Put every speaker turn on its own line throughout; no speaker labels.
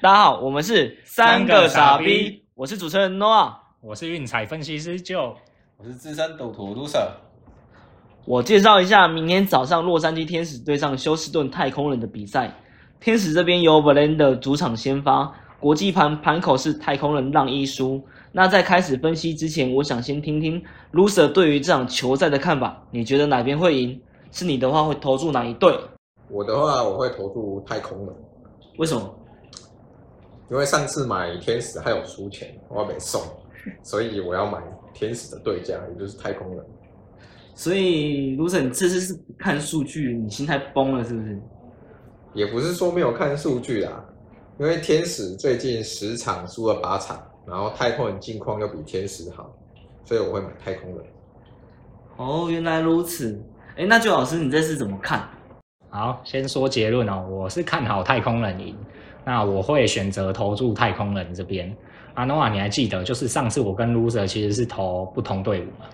大家好，我们是
三个傻逼，
我是主持人 Noah。
我是运彩分析师就
我是资深赌徒 loser，
我介绍一下明天早上洛杉矶天使对上休斯顿太空人的比赛。天使这边由 Verlander 主场先发，国际盘盘口是太空人让一输。那在开始分析之前，我想先听听 loser 对于这场球赛的看法。你觉得哪边会赢？是你的话会投注哪一队？
我的话，我会投注太空人，
为什么？
因为上次买天使还有输钱，我没送，所以我要买天使的对家，也就是太空人。
所以 loser 你这次是看数据，你心态崩了是不是？
也不是说没有看数据啦，因为天使最近十场输了八场，然后太空人近况又比天使好，所以我会买太空人。
哦，原来如此。哎，那就老师你这次怎么看？
好，先说结论哦，我是看好太空人赢，那我会选择投注太空人这边。阿诺瓦，你还记得就是上次我跟 loser 其实是投不同队伍嘛？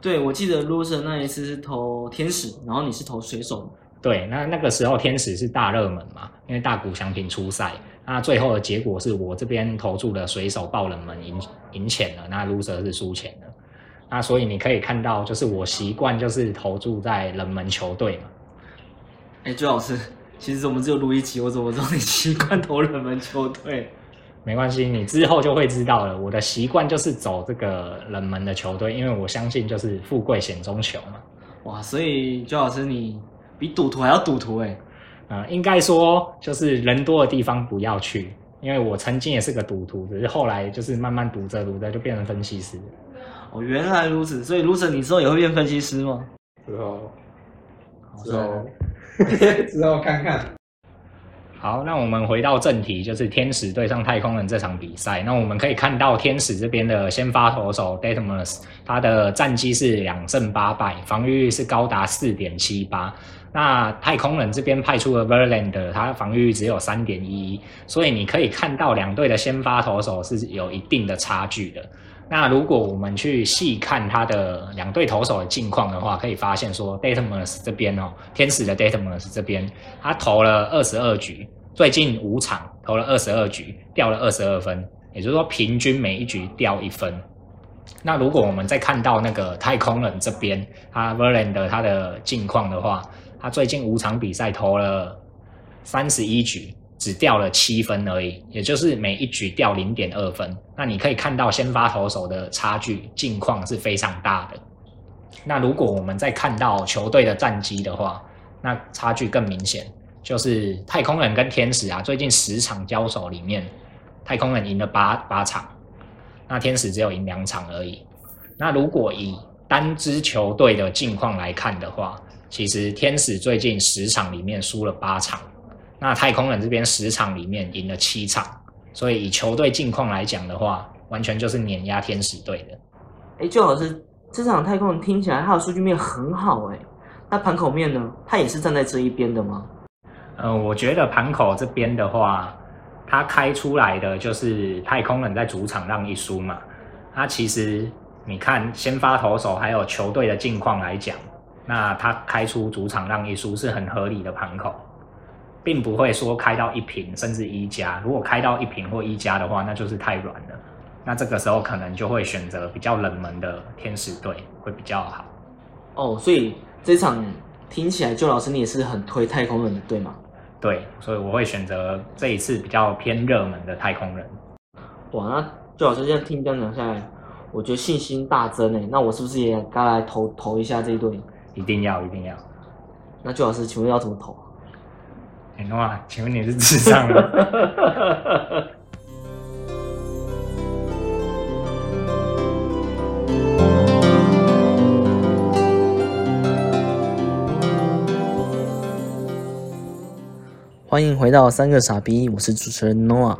对，我记得 loser 那一次是投天使，然后你是投水手。
对，那那个时候天使是大热门嘛，因为大谷翔平出赛，那最后的结果是我这边投注了水手爆冷门赢赢钱了，那 loser 是输钱了。那所以你可以看到，就是我习惯就是投注在冷门球队嘛。
哎，周老师， 其实我们只有录一集，我怎么知道你习惯投冷门球队？
没关系，你之后就会知道了。我的习惯就是走这个冷门的球队，因为我相信就是富贵险中求嘛。
哇，所以周老师你比赌徒还要赌徒哎、
呃，应该说就是人多的地方不要去，因为我曾经也是个赌徒，只是后来就是慢慢赌着赌着就变成分析师。
哦，原来如此，所以 loser 你之后也会变分析师吗？
之后，
好
之后， 之后看看。
好，那我们回到正题，就是天使对上太空人这场比赛。那我们可以看到天使这边的先发投手 Datmus，他的战绩是两胜八败，防御率是高达四点七八。那太空人这边派出了 Verlander，他防御率只有三点一一，所以你可以看到两队的先发投手是有一定的差距的。那如果我们去细看他的两队投手的近况的话，可以发现说 Datmus 这边哦，天使的 Datmus 这边，他投了二十二局，最近五场投了二十二局，掉了二十二分，也就是说平均每一局掉一分。那如果我们再看到那个太空人这边，他 Verlander 他的近况的话，他最近五场比赛投了三十一局，只掉了七分而已，也就是每一局掉零点二分。那你可以看到先发投手的差距近况是非常大的。那如果我们再看到球队的战绩的话，那差距更明显，就是太空人跟天使啊，最近十场交手里面，太空人赢了八八场，那天使只有赢两场而已。那如果以单支球队的近况来看的话，其实天使最近十场里面输了八场，那太空人这边十场里面赢了七场，所以以球队近况来讲的话，完全就是碾压天使队的。
哎，周老师，这场太空人听起来他的数据面很好哎、那盘口面呢？他也是站在这一边的吗？
呃，我觉得盘口这边的话，他开出来的就是太空人在主场让一输嘛。他其实你看先发投手还有球队的近况来讲，那他开出主场让一输是很合理的盘口，并不会说开到一平甚至一加。如果开到一平或一加的话，那就是太软了。那这个时候可能就会选择比较冷门的天使队会比较好。
哦，所以这场听起来周老师你也是很推太空人的对吗？
对，所以我会选择这一次比较偏热门的太空人。
哇，那周老师这样听这样讲下来，我觉得信心大增哎。那我是不是也该来投投一下这一队？
一定要，一定要。
那周老师，请问要怎么投啊？
哎、诺啊，请问你是智障吗？
欢迎回到三个傻逼，我是主持人 Noah。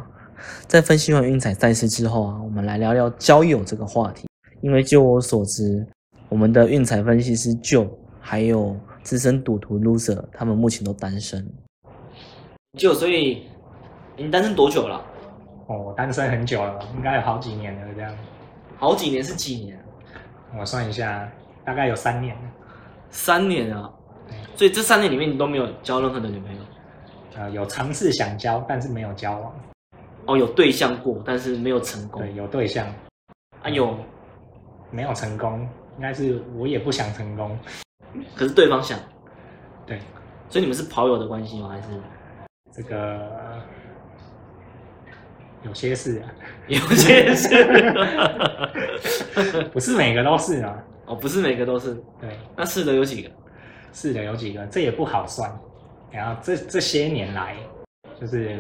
在分析完运彩赛事之后啊，我们来聊聊交友这个话题。因为就我所知，我们的运彩分析师 Joe 还有资深赌徒 Loser，他们目前都单身。就所以你单身多久了？
哦，我单身很久了，应该有好几年了，这样。
好几年是几年？啊
我算一下，大概有三年了。
三年啊
对。
所以这三年里面你都没有交任何的女朋友。
呃，有尝试想交，但是没有交往。
哦，有对象过，但是没有成功
对，有对象
啊，有，
没有成功，应该是我也不想成功。
可是对方想，
对，
所以你们是跑友的关系吗？还是
这个有些事、啊，
有些是？
不是每个都是啊。
哦，不是每个都是，
对，
那是的有几个？
是的，有几个，这也不好算。然后这这些年来，就是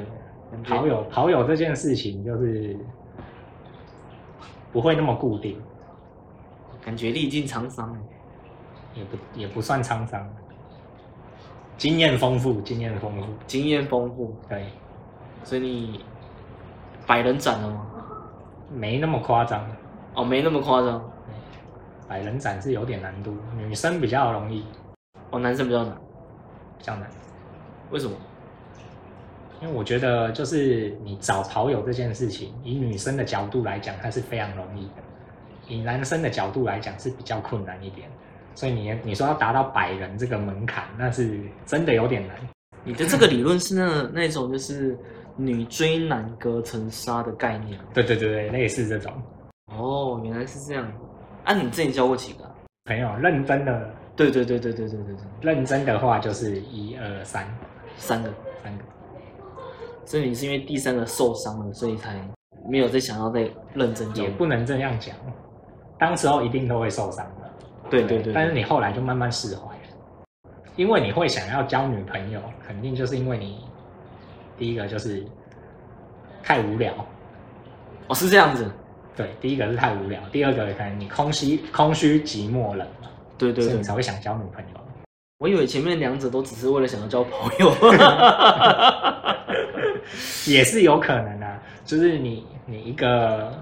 跑友跑友这件事情，就是不会那么固定，
感觉历尽沧桑，
也不也不算沧桑，经验丰富，经验丰富，
经验丰富，
对，
所以你百人斩了吗？
没那么夸张。
哦，没那么夸张。
百人斩是有点难度，女生比较容易，
哦，男生比较难，
比较难。
为什么？
因为我觉得，就是你找跑友这件事情，以女生的角度来讲，它是非常容易的；以男生的角度来讲，是比较困难一点。所以你你说要达到百人这个门槛，那是真的有点难。
你的这个理论是那那种就是女追男隔层纱的概念。
对对对对，类似这种
哦，原来是这样。啊，你之前教过几个啊、
朋友认真的
对对对对对对对对，
认真的话，就是一二三
三个。
三个。
所以你是因为第三个受伤了，所以才没有再想要再认真教
也。不能这样讲，当时候一定都会受伤的。
对对对，
但是你后来就慢慢释怀了，因为你会想要交女朋友，肯定就是因为你第一个就是太无聊，
哦是这样子。
对，第一个是太无聊，第二个可能你空虚、空虚、寂寞、冷嘛，
对对
所以
对
你，才会想交女朋友。
我以为前面两者都只是为了想要交朋友。
也是有可能啊，就是你你一个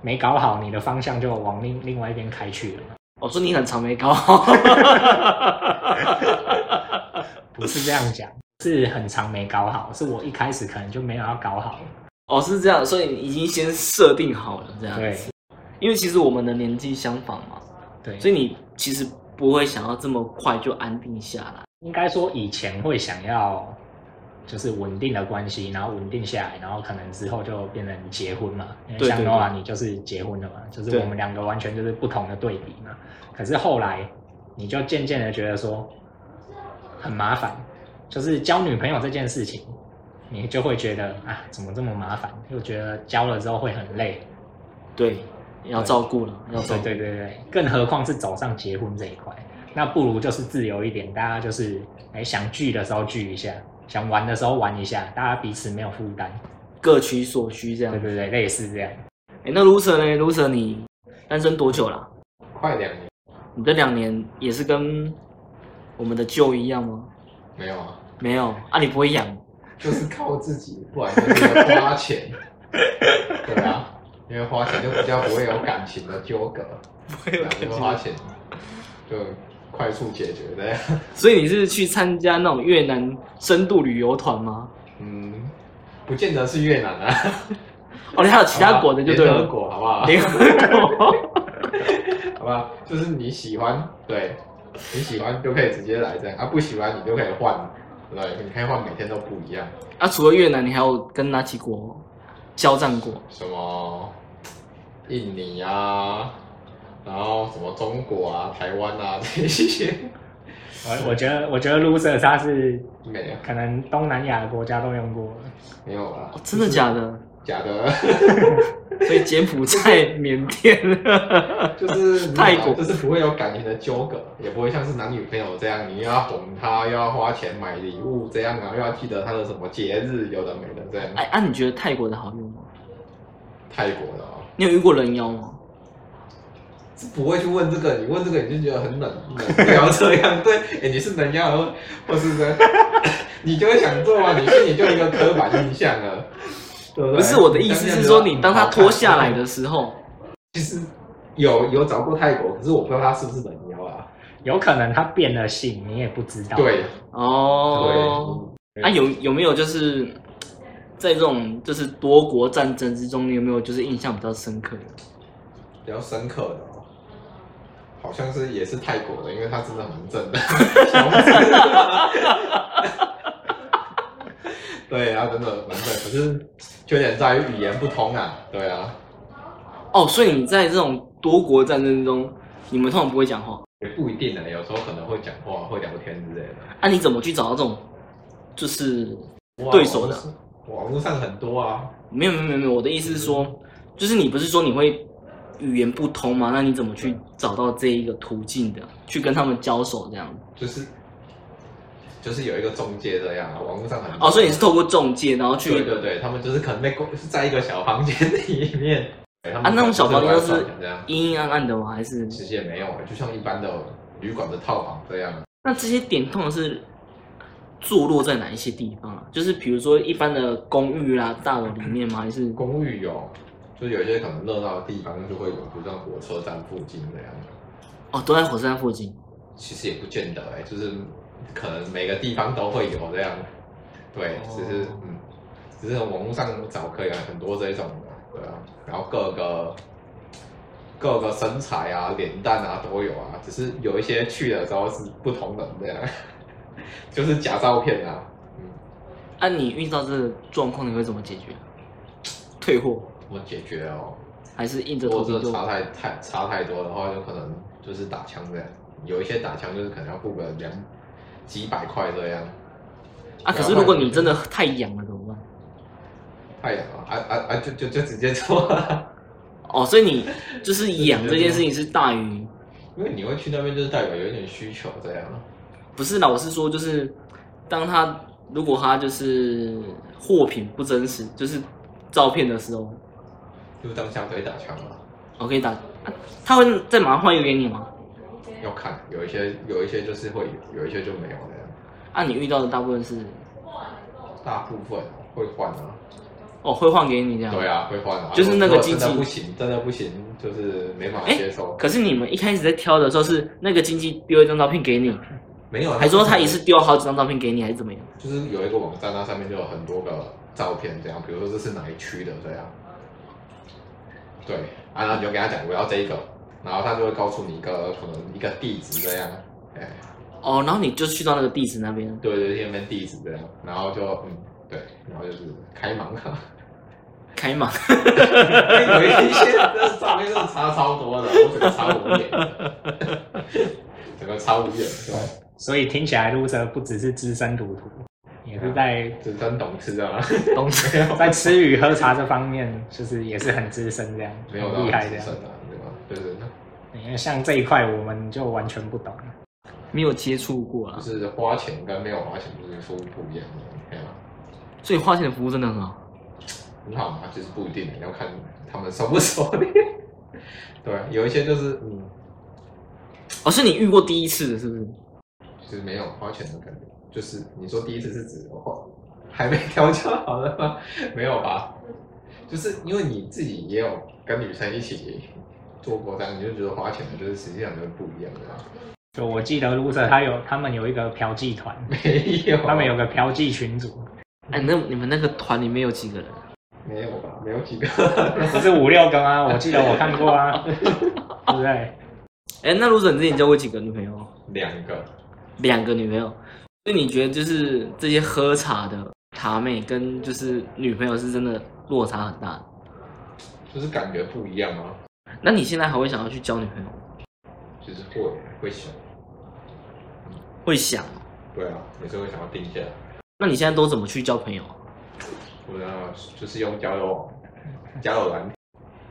没搞好，你的方向就往另另外一边开去了嘛，
我哦说你很长没搞好，
不是这样讲，是很长没搞好，是我一开始可能就没有要搞好，
哦是这样，所以你已经先设定好了这样。
对，
因为其实我们的年纪相仿嘛，
对，
所以你其实不会想要这么快就安定下来。
应该说以前会想要就是稳定的关系，然后稳定下来，然后可能之后就变成结婚嘛。因为
对
像
对
的话，
对
你就是结婚了嘛，就是
对
我们两个完全就是不同的对比嘛。可是后来你就渐渐的觉得说很麻烦，就是交女朋友这件事情，你就会觉得啊怎么这么麻烦，又觉得交了之后会很累。
对，要照顾了，要照
哦对
顾。
对对对，更何况是走上结婚这一块，那不如就是自由一点，大家就是哎想聚的时候聚一下，想玩的时候玩一下，大家彼此没有负担。
各取所需这样
对。对对，类似这样。
哎，那 Lucer 呢？Lucer 你单身多久啦？
快两年
你这两年也是跟我们的旧一样吗？
没有啊，
没有啊，你不会养
就是靠自己，不然就是要花 钱。对啊，因为花钱就比较不会有感情的纠葛，
不会
对啊，因为花钱就快速解决的。
所以你是去参加那种越南深度旅游团吗？
嗯，不见得是越南啊，
哦，你还有 其他国的就对
联合
了，
国好不好？
联合国。
好吧，就是你喜欢，对，你喜欢就可以直接来这样，啊，不喜欢你就可以换，对，你可以换每天都不一样，
啊，除了越南，你还有跟哪几国交战过？
什么印尼啊，然后什么中国啊、台湾啊 这些，
我我觉得我觉得 loser 他是
没有
可能东南亚的国家都用过了，
没有啦
哦，，真的假的？
假 的，
所以柬埔寨、缅甸，
就是
泰国
就是不会有感情的纠葛，也不会像是男女朋友这样，你又要哄他，又要花钱买礼物这样啊，又要记得他的什么节日，有的没的这样。
哎，啊，你觉得泰国的好用吗？
泰国的哦。
你有遇过人妖吗？
不会去问这个，你问这个你就觉得很冷，冷不要这样。对， 哎、你是能要，或或是这样， 你就会想做啊，你心里就有一个刻板印象了，对不对？
不是我的意思是说，你当他脱下来的时候，
其实嗯有有找过泰国，可是我不知道他是不是能妖啊。
有可能他变了性，你也不知道。
对，
哦，
对
啊，有有没有就是在这种就是多国战争之中，你有没有就是印象比较深刻的？
比较深刻的哦，好像是也是泰国的，因为他 真的蛮正的。对啊，真的蛮帅，可是缺点在于语言不通啊。对啊，
哦，所以你在这种多国战争中，你们通常不会讲话，
也不一定啊，有时候可能会讲话、会聊天之类的。
啊那、你怎么去找到这种？就是对手的
网络上很多啊，
没有没有没有没有，我的意思是说，就是你不是说你会语言不通吗？那你怎么去找到这一个途径的，去跟他们交手这样子？
就是就是有一个中介这样啊，网络上很多
哦，所以你是透过中介，然后去
对对对，他们就是可能被关是在一个小房间里面。对他
啊，
们
那种小房间都是
这样，
阴阴暗暗的吗？还是
其实也没有啊，就像一般的旅馆的套房这样。
那这些点通常是坐落在哪一些地方啊？就是比如说一般的公寓啦、大楼里面吗？还是
公寓有，就是有一些可能热闹的地方就会有，比如像火车站附近这样。
哦都在火车站附近？
其实也不见得哎、就是可能每个地方都会有这样。对，
哦
只是嗯，只是网络上找可以啊很多这种的，对啊，然后各个各个身材啊、脸蛋啊都有啊，只是有一些去的时候是不同人这样， 就是假照片啊。嗯，
啊，你遇到这个状况你会怎么解决？退货
怎么解决哦？
还是硬着
如
头
果
皮
真
就
的？差太太差太多的话，有可能就是打枪这样，有一些打枪就是可能要付个两几百块这样。
啊，可是如果你真的太痒了怎么办？
太阳啊啊啊啊！就就就直接做啊，
哦，所以你就是痒这件事情是大于
因为你会去那边就是代表有一点需求这样。
不是啦，我是说就是当他如果他就是货品不真实，就是照片的时候，
就当下可以打枪嘛，
我可以打，啊他会再马上换一个给你吗？
要看有一些有一些就是会有，有一些就没有这样。
啊，你遇到的大部分是
大部分会换啊，
哦会换给你这样。
对。啊，会换啊。
就是那个
如果真
经
的
济
不行，真的不行，就是没办法
哎
接受。
可是你们一开始在挑的时候是那个经纪丢一张照片给你，
没有啊，
还说他一次丢好几张照片给你，还是怎么样？
就是有一个网站，它上面就有很多个照片，这样，比如说这是哪一区的这样。对，啊，然后你就跟他讲我要这一个，然后他就会告诉你一个可能一个地址这样，哎、
哦，然后你就去到那个地址那边，
对对，那边地址这样，然后就嗯，对，然后就是开盲盒，
开 嘛，
哎有一些那照片真的差超多的，我整个超无言的，整个超无言，对，
所以听起来 loser 不只是资深赌徒，也
嗯
是在
只真懂吃啊，
懂在吃与喝茶这方面，就是也是很资深这样，
没有
很厉
到
害
资
这样
深。啊，对吧？就是
因为像这一块我们就完全不懂了。
没有接触过
啊
啦
就，是花钱跟没有花钱就是服务不一样的，对吧？
所以花钱的服务真的很好。
很好嘛，就是不一定的，要看他们熟不熟练。对，有一些就是嗯，
哦，是你遇过第一次的，是不是？
就是没有花钱的感觉，就是你说第一次是指哦，还没调教好的吗？ 没有吧？就是因为你自己也有跟女生一起做过这样，你就觉得花钱的，就是实际上就是不一样的、啊。
就我记得 loser 他有他们有一个嫖妓团，
没有，啊
他们有个嫖妓群组，
哎，那你们那个团里面有几个人？啊
没有吧？没有几个。
不是五六个吗？我记得我看过 啊，对不对？
哎，那如果你之前交过几个女朋友？
两个，
两个女朋友，所以你觉得就是这些喝茶的茶妹跟就是女朋友是真的落差很大的。
就是感觉不一样啊，
那你现在还会想要去交女朋友吗？
就是会会想，
会想哦。
对啊，有时候会想要定下来，
那你现在都怎么去交朋友啊？
我呢就是用交友网
嗯
交友软体，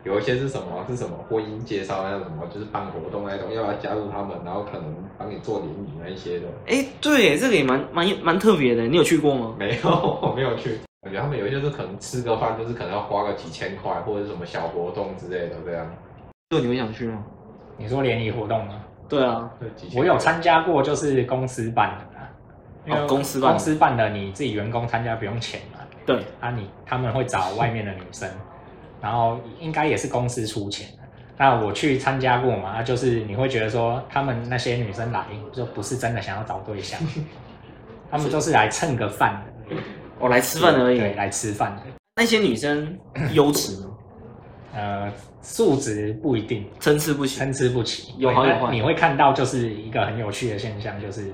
有一些是什么是什么婚姻介绍那种什么，就是办活动那种，要不要加入他们，然后可能帮你做联谊那一些的。
哎，对，这个也蛮蛮蛮特别的，你有去过吗？
没有， 我没有去。感觉他们有一些是可能吃个饭，就是可能要花个几千块，或者是什么小活动之类的这样。
就你会想去吗？
你说联谊活动吗？
对啊，
就几千
我
块
有参加过，就是公司办的啦。因为
哦公司办的
公司办的，你自己员工参加不用钱嘛。
对，
啊你，他们会找外面的女生，然后应该也是公司出钱的。那我去参加过嘛，啊就是你会觉得说，他们那些女生来就不是真的想要找 对象，他们就是来蹭个饭的，
我哦来吃饭而已。
对，来吃饭的。
那些女 生优质吗？
呃，素质不一定，
参差不齐。
参差不齐，
有好有坏
那你会看到就是一个很有趣的现象，就是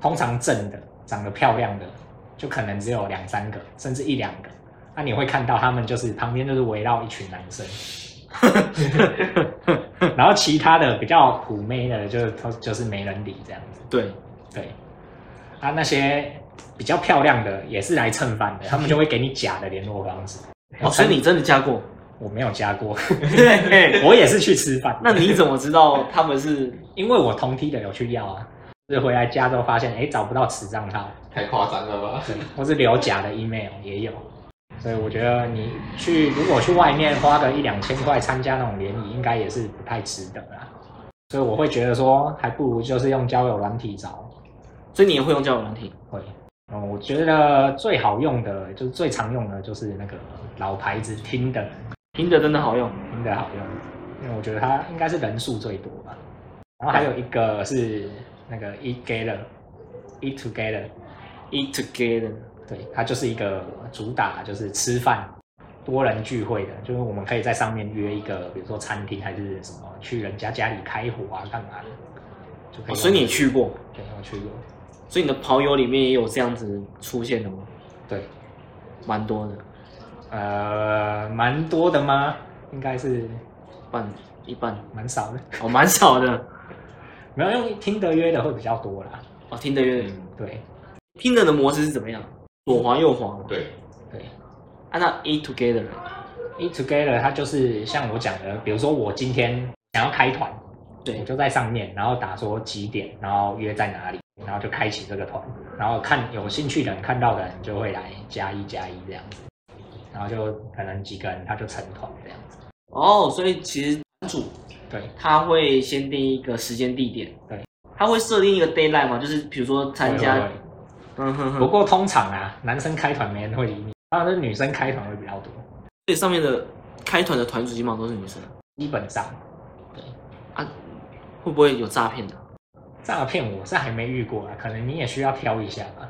通常正的、长得漂亮的，就可能只有两三个，甚至一两个。那、你会看到他们就是旁边就是围绕一群男 生，然后其他的比较普妹的就都就是没人理这样子。
对，
对，啊，那些比较漂亮的也是来蹭饭的，他们就会给你假的联络方式。
哦，所以你真的加过？
我没有加过， 我也是去吃饭。
那你怎么知道他们是？
因为我同梯的有去要啊，就是回来加州发现，哎，找不到此账号，
太夸张了吧？
或是留假的 email 也有。所以我觉得你去如果去外面花个一两千块参加那种联谊，应该也是不太值得啦。所以我会觉得说，还不如就是用交友软体找
所以你也会用交友软体？
会。嗯，我觉得最好用的，就是最常用的，就是那个老牌子听的，
听着真的好用，
听的好用，因为我觉得它应该是人数最多吧。然后还有一个是那个 Eat Together，Eat Together，
eat together。
对，它就是一个主打就是吃饭多人聚会的，就是我们可以在上面约一个，比如说餐厅还是什么，去人家家里开火啊，干嘛的，就可以、
哦，所以你也？去过，
对，我去过。
所以你的跑友里面也有这样子出现的吗？
对，
蛮多的，
呃，蛮多的吗？应该是
半一半，
蛮少的，
哦，蛮少的。
没有用听得约的会比较多啦。
哦，听着有
对
听着的模式是怎么样？左滑右滑嘛。
对，
对
啊，那 eat together 呢
，Eat Together 它就是像我讲的，比如说我今天想要开团，我
对，
就在上面，然后打说几点，然后约在哪里，然后就开启这个团，然后看有兴趣的人看到的人就会来加一加一这样子，然后就可能几个人他就成团这样子。
哦，所以其实主
对
他会先定一个时间地点，
对，
他会设定一个 d a y l i n e 嘛，就是比如说参加，
会会会
嗯哼哼，
不过通常啊，男生开团没人会理你，当然是女生开团会比较多，
所以上面的开团的团主基本上都是女生
基本上。
啊，会不会有诈骗的？
诈骗我是还没遇过啊，可能你也需要挑一下吧。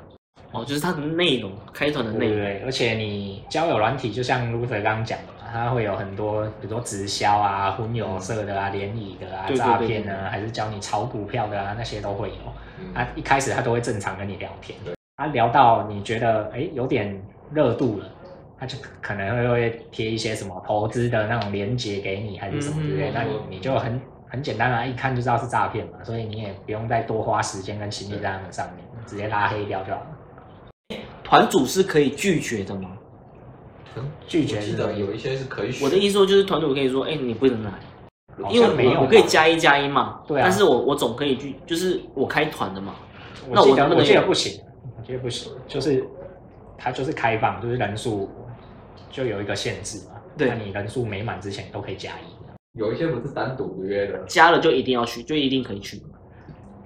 哦，就是它的内容，开团的内
对
容，
对，而且你交友软体就像 Luther 刚刚讲的嘛，它会有很多，比如说直销啊、婚友社的啊、联谊的啊、
嗯对对对嗯
诈骗啊，还是教你炒股票的啊，那些都会有。
嗯
啊，
哎
一开始他都会正常跟你聊天，啊，聊到你觉得哎有点热度了，他就可能会会贴一些什么投资的那种链接给你，还是什么之类的，
嗯
那你你就很很简单啊，一看就知道是诈骗嘛，所以你也不用再多花时间跟心力在他们上
嗯
面，直接拉黑掉就好了。
团主是可以拒绝的吗？
拒绝
我
是什
记
么
得
意思
有一些是可以选。
我的意思说就是团主可以说，哎、你不能来，
好
因为
像
我
没有吧，
我可以加一加一嘛，
对啊
但是我我总可以拒，就是我开团的嘛，那
我记
我能
得
不
我
能
记得
有
不行，啊我记得不行，就是它就是开放，就是人数就有一个限制嘛。
对
那你人数没满之前都可以加一，
有一些不是单独约的，
加了就一定要去，就一定可以去，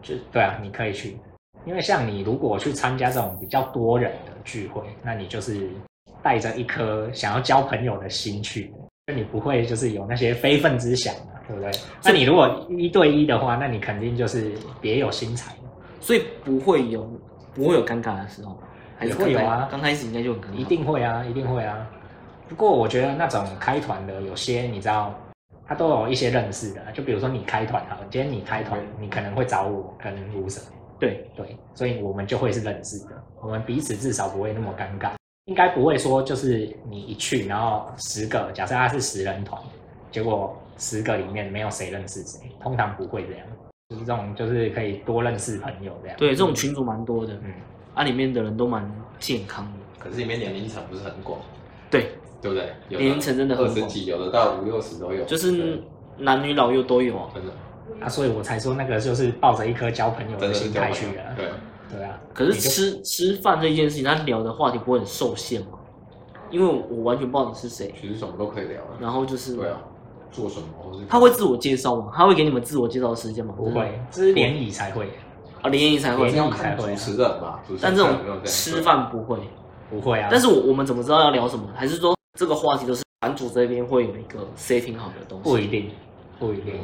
就对啊，你可以去，因为像你如果去参加这种比较多人的聚会，那你就是带着一颗想要交朋友的心去，就你不会就是有那些非分之想嘛，对不对？那你如果一对一的话，那你肯定就是别有心裁。
所以不会有不会有尴尬的时候，还是
也会有啊
刚开刚开始应该就很尴尬，
一定会啊，一定会啊。不过我觉得那种开团的，有些你知道，他都有一些认识的。就比如说你开团哈，今天你开团，你可能会找我跟 Lucy，
对，
对，所以我们就会是认识的，我们彼此至少不会那么尴尬。应该不会说就是你一去，然后十个，假设他是十人团，结果十个里面没有谁认识谁，通常不会这样。就是这种，就是可以多认识朋友这样。
对，这种群组蛮多的，
嗯，
啊，里面的人都蛮健康的，
可是里面年龄层不是很广，
对，
对不对？有的
年龄层真的很
二
广
十几，有的到五六十都有，
就是
对
男女老幼都有啊。
真的
啊，所以我才说那个就是抱着一颗交朋友的
真的是
心
交
态
朋
去
友
的。，
对，
对啊，
可是
你就
吃吃饭这件事情，他聊的话题不会很受限吗？因为我完全不知道你是谁，
其实什么都可以聊啊，
然后就是
对啊，做什么或是
他会自我介绍吗？他会给你们自我介绍的时间吗？
不会，这是联谊才会，
啊，联谊才会
联谊，
要看主持人吧，主持
但
人
这
有没有
种
样
吃饭不会。
不会啊。
但是我我们怎么知道要聊什么？还是说这个话题都是版主这边会有一个 setting 好的东
不
西？
一定，不一定。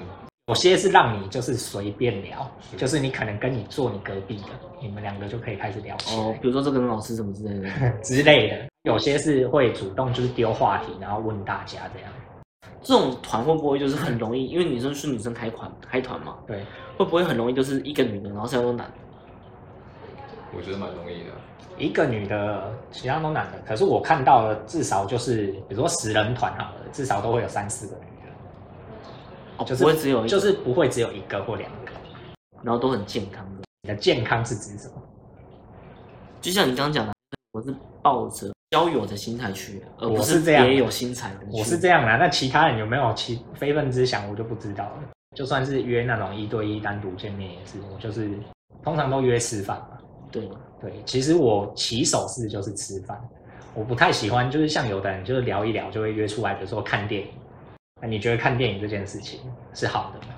有些是让你就是随便聊，
是
就是你可能跟你坐你隔壁的，你们两个就可以开始聊起
哦，
来、
比如说这个人老师什么之类 的，
之类的。有些是会主动就是丢话题，然后问大家这样。
这种团会不会就是很容易？因为女生是女生开团开团嘛，
对，
会不会很容易就是一个女的，然后剩下都男的？
我觉得蛮容易的。
一个女的，其他都男的。可是我看到的至少就是，比如说十人团好了，至少都会有三四个女的，
哦，
就是
不会只有一个，
就是不会只有一个或两个。
然后都很健康的。
你的健康是指什么？
就像你刚刚讲的，我是抱着交友的心态去的，而不
我是这样
别有心裁的去。
我是这样啦，那其他人有没有其非分之想，我就不知道了。就算是约那种一对一单独见面也是，我就是通常都约吃饭嘛。
对，
对，其实我起手式就是吃饭，我不太喜欢，就是像有的人就是聊一聊就会约出来，比如说看电影。那你觉得看电影这件事情是好的吗？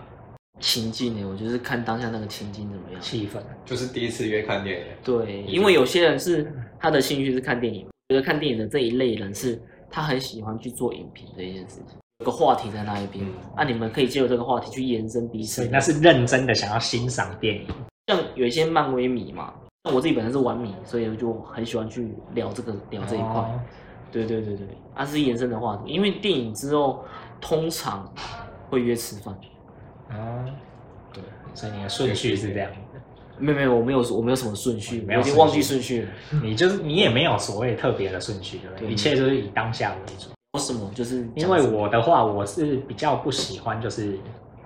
情境呢，我就是看当下那个情境怎么样。
气氛？啊
就是第一次约看电影，
对，因为有些人是他的兴趣是看电影，觉得看电影的这一类人是他很喜欢去做影评这一件事情，有个话题在那一边，那、你们可以借由这个话题去延伸彼
所
此
以。那嗯是认真的想要欣赏电影。
像有一些漫威迷嘛，那我自己本身是玩迷，所以我就很喜欢去聊这个聊这一块。
哦
对对对对，它、是延伸的话题，因为电影之后通常会约吃饭。
哦，对，所以你的顺序是这样的，
没有没有，我没有我没有什么顺序，
哦没
我
有
已经忘记顺序了。
你就是你也没有所谓特别的顺序，对不对？
对
一切就是以当下为主。
有什么就是
因为我的话，我是比较不喜欢就是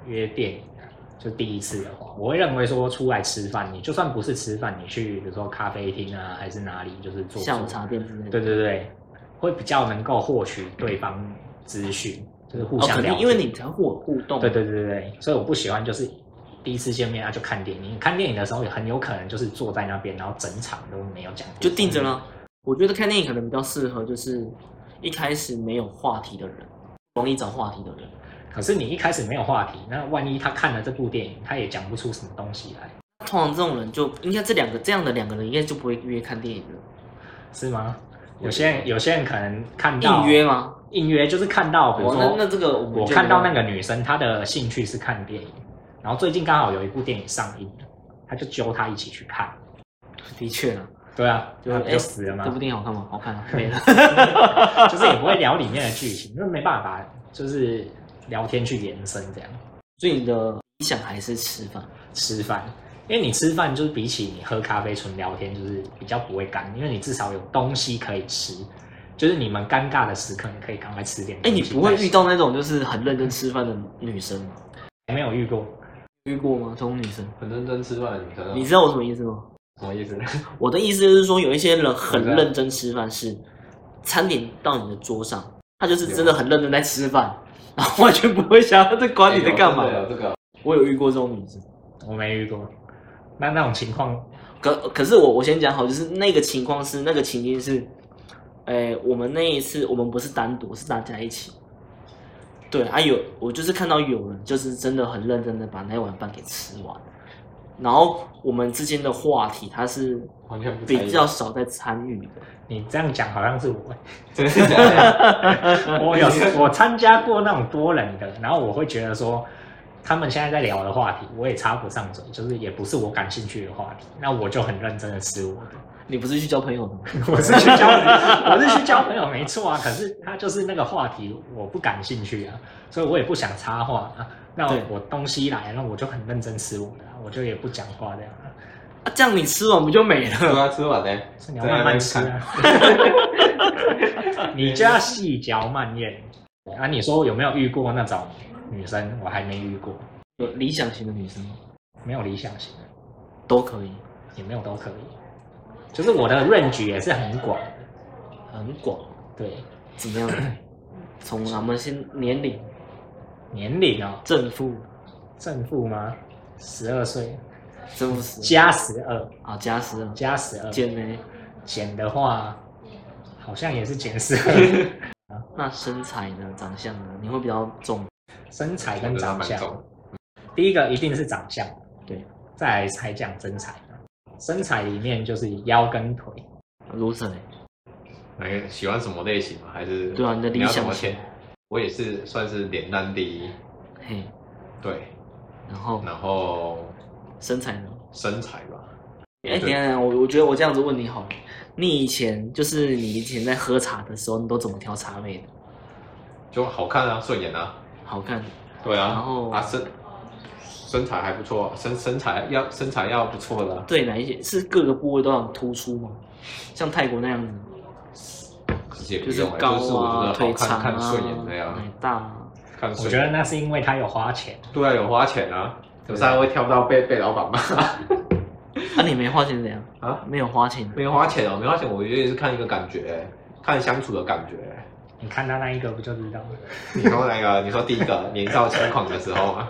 约电影啊，就第一次的话，我会认为说出来吃饭，你就算不是吃饭，你去比如说咖啡厅啊，还是哪里，就是坐
下午茶，店之类的。
对对对，会比较能够获取对方资讯，就是互
哦，
相
肯
了
定，
解。
因为你才会有互动。
对对对对，所以我不喜欢就是第一次见面啊就看电影，看电影的时候也很有可能就是坐在那边，然后整场都没有讲，
就定着。了。我觉得看电影可能比较适合，就是一开始没有话题的人，容易找话题的人。
可是你一开始没有话题，那万一他看了这部电影，他也讲不出什么东西来，
通常这种人就应该这两个这样的两个人应该就不会约看电影了，
是吗？有些人有些人可能看到
硬约？吗？
硬约就是看到，比如
哦
说、，
那那这个我们
我
就
看到那个女生，她的兴趣是看电影，然后最近刚好有一部电影上映了，他就揪她一起去看。
的确了，
对啊，
就
那
是
不就死了吗？
这部电影好看吗？好 看啊，没了。
就是也不会聊里面的剧情，那没办法，就是聊天去延伸这样
所以你的理想还是吃饭，
吃饭。因为你吃饭就是比起你喝咖啡纯聊天，就是比较不会干，因为你至少有东西可以吃，就是你们尴尬的时刻，你可以赶快吃点
哎，
东西
你
再吃。
不会遇到那种就是很认真吃饭的女生吗？
没有遇过？
遇过吗？这种女生？
很认真吃饭的女生啊，
你知道我什么意思吗？
什么意 思？
我的意思就是说，有一些人很认真吃饭，是餐点到你的桌上，他就是真的
啊
很认真在吃饭，然后完全不会想要在啊管你在干嘛
哎。有真的有这个
我有遇过这种女生，
我没遇过。那那种情况，
可可是我我先讲好，就是那个情况是那个情境是，哎、我们那一次我们不是单独，是大家一起。对啊有，我就是看到有人就是真的很认真的把那碗饭给吃完，然后我们之间的话题他是
完全不参与
比较少在参与的。
你这样讲好像是我，
真是假 的？
我有我参加过那种多人的，然后我会觉得说，他们现在在聊的话题，我也插不上嘴，就是也不是我感兴趣的话题，那我就很认真的吃我的，
你不是去交朋友的吗？
我是去交， 我是去交朋友没错啊，可是他就是那个话题我不感兴趣啊，所以我也不想插话啊，那
对
我东西来，那我就很认真吃我的啊、我就也不讲话这样啊，
啊，这样你吃完不就没
对
了？
啊，吃完 呢，
所以你要慢慢吃啊。 你就要细嚼慢咽。啊，你说有没有遇过那种女生？我还没遇过，
有理想型的女生吗
没有理想型的，
都可以，
也没有都可以。就是我的 range 也是很广的，
很广，
对，
怎么样？从咱们先年龄、
年龄哦，
正负、
正负吗？十二岁
正负十
加十二
啊，加十二，
加十二，
减呢？
减的话，好像也是减十二。
那身材呢？长相呢？你会比较重，
身材跟长
我觉得
相
蛮重，
第一个一定是长相，
对，
再来才讲身材。身材里面就是腰跟腿，
如此嘞。
哪个哎喜欢什么类型吗？还是
对啊你的理
要
想
怎么
型
填？我也是算是脸蛋第一，
嘿，
对，
然后
然后
身材呢？
身材吧，
哎，
对
等一下等一下，我我觉得我这样子问你好了。你以前就是你以前在喝茶的时候，你都怎么挑茶妹的？
就好看啊，顺眼啊，
好看，
对啊，
然后
啊身身材还不错，身身材要身材要不错的啊，
对哪一些是各个部位都很突出吗？像泰国那样子，
也不
是
用啊，
高
就是
啊、
我觉
腿
得好看
长
看
啊
顺眼这、样，
奶大啊，
看
我
顺
觉得
眼。
那是因为他有花钱，
对啊，有花钱啊，有时候还会挑到被被老板骂
啊你没花钱怎样？
啊，
没有花钱，
没花钱哦，没花钱，我觉得也是看一个感觉，看相处的感觉。
你看他那一个不就知道了？
啊你说那个，你说第一个年少轻狂的时候吗？